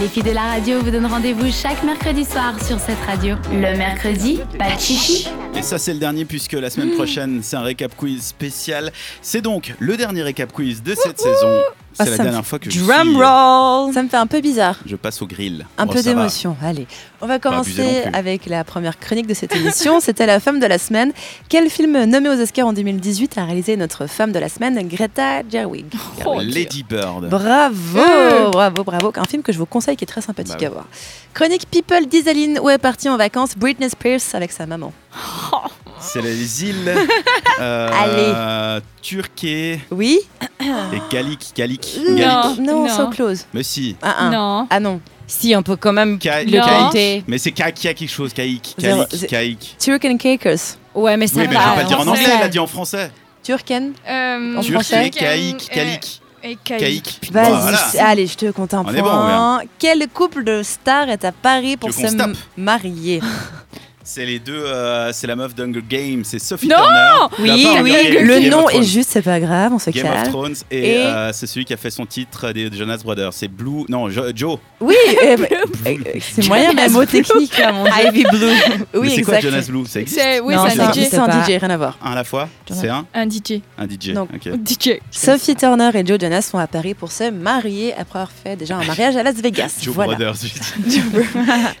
Les filles de la radio vous donnent rendez-vous chaque mercredi soir sur cette radio. Le mercredi, pas de chichi. Et ça, c'est le dernier puisque la semaine prochaine, c'est un récap quiz spécial. C'est donc le dernier récap quiz de cette saison. C'est Ah, la ça me dernière fois que je Drum suis- euh, roll Oh. Ça me fait un peu bizarre. Je passe au grill. Un Bon, peu Oh, ça va. d'émotion. Allez, on va abuser commencer non plus. avec la première chronique de cette émission. C'était la femme de la semaine. Quel film nommé aux Oscars en 2018 a réalisé notre femme de la semaine, Greta Gerwig Oh, Lady Bird. Bravo, Mm. bravo, bravo. Un film que je vous conseille qui est très sympathique Mmh. Bah oui. à voir. Chronique People d'Isaline, où est partie en vacances Britney Spears avec sa maman. C'est les îles euh, Allez. Turquet Oui et Galique. Galique. Non. Galique. Non, Non. so close. Mais si. Ah, ah. Non. Ah non. Si, on peut quand même Ka- le Kaïk. compter. Mais c'est Kaïk, il y a quelque chose. Kaïk. Zéro- Kaïk. zé- Kaïk. Turken Cakers. Ouais, mais ça Oui, mais je vais va. pas le dire en anglais, français. elle a dit en français. Turken Euh, En Turquet, français. Kaïk, Kalik. Et Kaïk. Vas-y, Bon, voilà. allez, je te compte un On point. est bon, Quel couple de stars est à Paris pour Tu veux se qu'on se tape m- marier C'est les deux, euh, c'est la meuf d'Hunger Games, c'est Sophie Non Turner. Oui, La part oui, d'Hunger Games, Le Game nom of est Thrones. juste, c'est pas grave, on se Game of calme. Thrones et, Et- euh, c'est celui qui a fait son titre euh, des Jonas Brothers. C'est Blue, non Jo- Joe. Oui, euh, euh, euh, c'est moyen, mais mot technique, là, mon Dieu. Ivy Blue. Oui, Mais c'est quoi exact. Jonas Blue Ça existe C'est oui, Non, c'est c'est un, un DJ. DJ. c'est un pas. DJ, rien à voir. Un à la fois Jonas- C'est un Un DJ. Un DJ. Non. ok. DJ. Sophie Turner et Joe Jonas sont à Paris pour se marier après avoir fait déjà un mariage à Las Vegas. Joe voilà. Brothers. oui.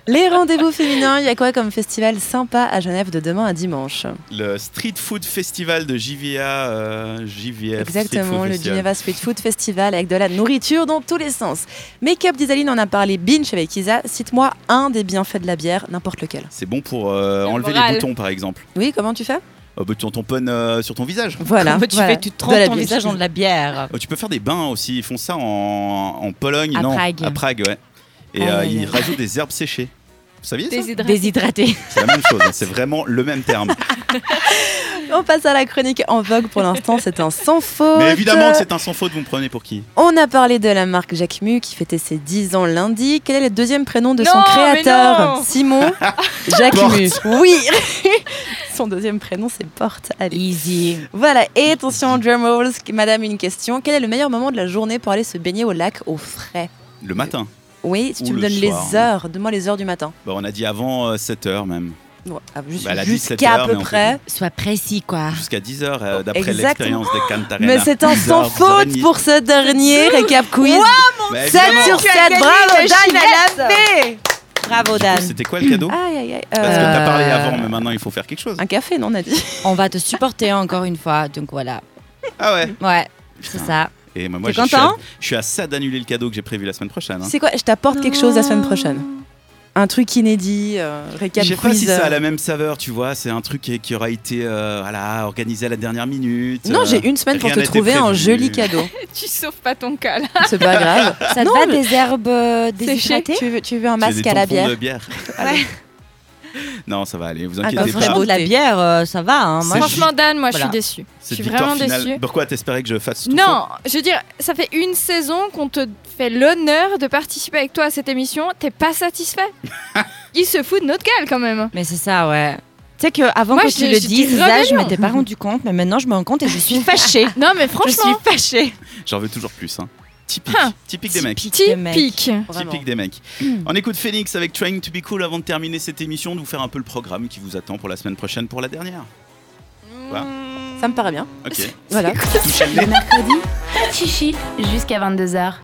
Les rendez-vous féminins, il y a quoi comme festival sympa à Genève de demain à dimanche Le Street Food Festival de JVA. euh, JVF. Street Exactement, Food le Festival. Geneva Street Food Festival avec de la nourriture dans tous les sens. Make-up d'Isaline, on a parlé binge avec Isa. Cite-moi un des bienfaits de la bière, n'importe lequel. C'est bon pour euh, enlever les moral. boutons, par exemple. Oui, comment tu fais Euh, bah, tu en tamponnes euh, sur ton visage. Voilà. Comment tu voilà. fais Tu De la trempes ton bière. visage dans de la bière. Euh, tu peux faire des bains aussi. Ils font ça en, en Pologne, À non Prague. À Prague, ouais. Et Ah, euh, ouais, ils ouais. rajoutent des herbes séchées. Vous saviez ça Déshydraté. Déshydraté. C'est la même chose. hein, C'est vraiment le même terme. On passe à la chronique en vogue pour l'instant, c'est un sans faute. Mais évidemment que c'est un sans faute. Vous me prenez pour qui On a parlé de la marque Jacquemus qui fêtait ses 10 ans lundi. Quel est le deuxième prénom de son Non, mais créateur non Ah. Simon Jacquemus. Oui Son deuxième prénom, c'est Porte. Allez. Easy. Voilà, et attention, drum rolls, madame, une question. Quel est le meilleur moment de la journée pour aller se baigner au lac au frais Le matin. Oui, si Ou tu me le donnes soir, les heures, donne-moi les heures du matin. Bah, on a dit avant 7h même. Ouais, ah, juste- Bah, elle a dit sept Jusqu'à à heures, mais peu on peut près. Sois précis, quoi. Jusqu'à 10h d'après Ah. Exactement. l'expérience des Cantarena. Mais c'est un sans faute pour ce dernier récap quiz. bah, 7 évidemment. sur 7, bravo Dan, elle a fait Du Bravo, coup, Dan. C'était quoi le cadeau Aïe, aïe, aïe. Parce que Euh, t'as parlé avant, mais maintenant il faut faire quelque chose. Un café, non, on a dit On va te supporter encore une fois. Donc voilà. Ah ouais Ouais, c'est Putain. ça. Et moi, T'es je suis à- content je suis à ça d'annuler le cadeau que j'ai prévu la semaine prochaine. hein. C'est quoi Je t'apporte quelque chose la semaine prochaine. Un truc inédit, euh, Je récap sais pas quiz, si ça euh. a la même saveur, tu vois. C'est un truc qui, qui aura été euh, voilà, organisé à la dernière minute. Non, euh, j'ai une semaine pour rien te n'a été trouver un prévu. joli cadeau. Tu sauves pas ton cas là. C'est pas grave. Ça te Non, va mais- des herbes euh, déshydratées Tu veux, tu veux un j'ai masque des à la tampons bière de bière. non, ça va aller, vous Ah, bah, inquiétez franchement, pas. Franchement, de la bière, euh, ça va. hein. Moi, C'est je- Franchement, Dan, moi, je Voilà. suis déçue. Je Cette suis victoire vraiment finale. déçue. Pourquoi t'espérais que je fasse tout faux Non, je veux dire, ça fait une saison qu'on te fait l'honneur de participer avec toi à cette émission. T'es pas satisfait Il se fout de notre gueule quand même. Mais c'est ça, ouais. Tu sais qu'avant Moi, que je- tu le je dises, dis Isa, je rébellion. m'étais pas rendu compte, mais maintenant je me rends compte et je suis fâchée. Non, mais franchement, je suis fâchée. J'en veux toujours plus. Hein. Typique, Hein. typique des mecs. Typique des mecs. typique. Vraiment. Typique des mecs. On écoute Phoenix avec Trying to be cool avant de terminer cette émission, de vous faire un peu le programme qui vous attend pour la semaine prochaine pour la dernière. Voilà. Ça me paraît bien. Ok. Voilà. Touche à le nez. Le mercredi, pas de chichi jusqu'à 22h.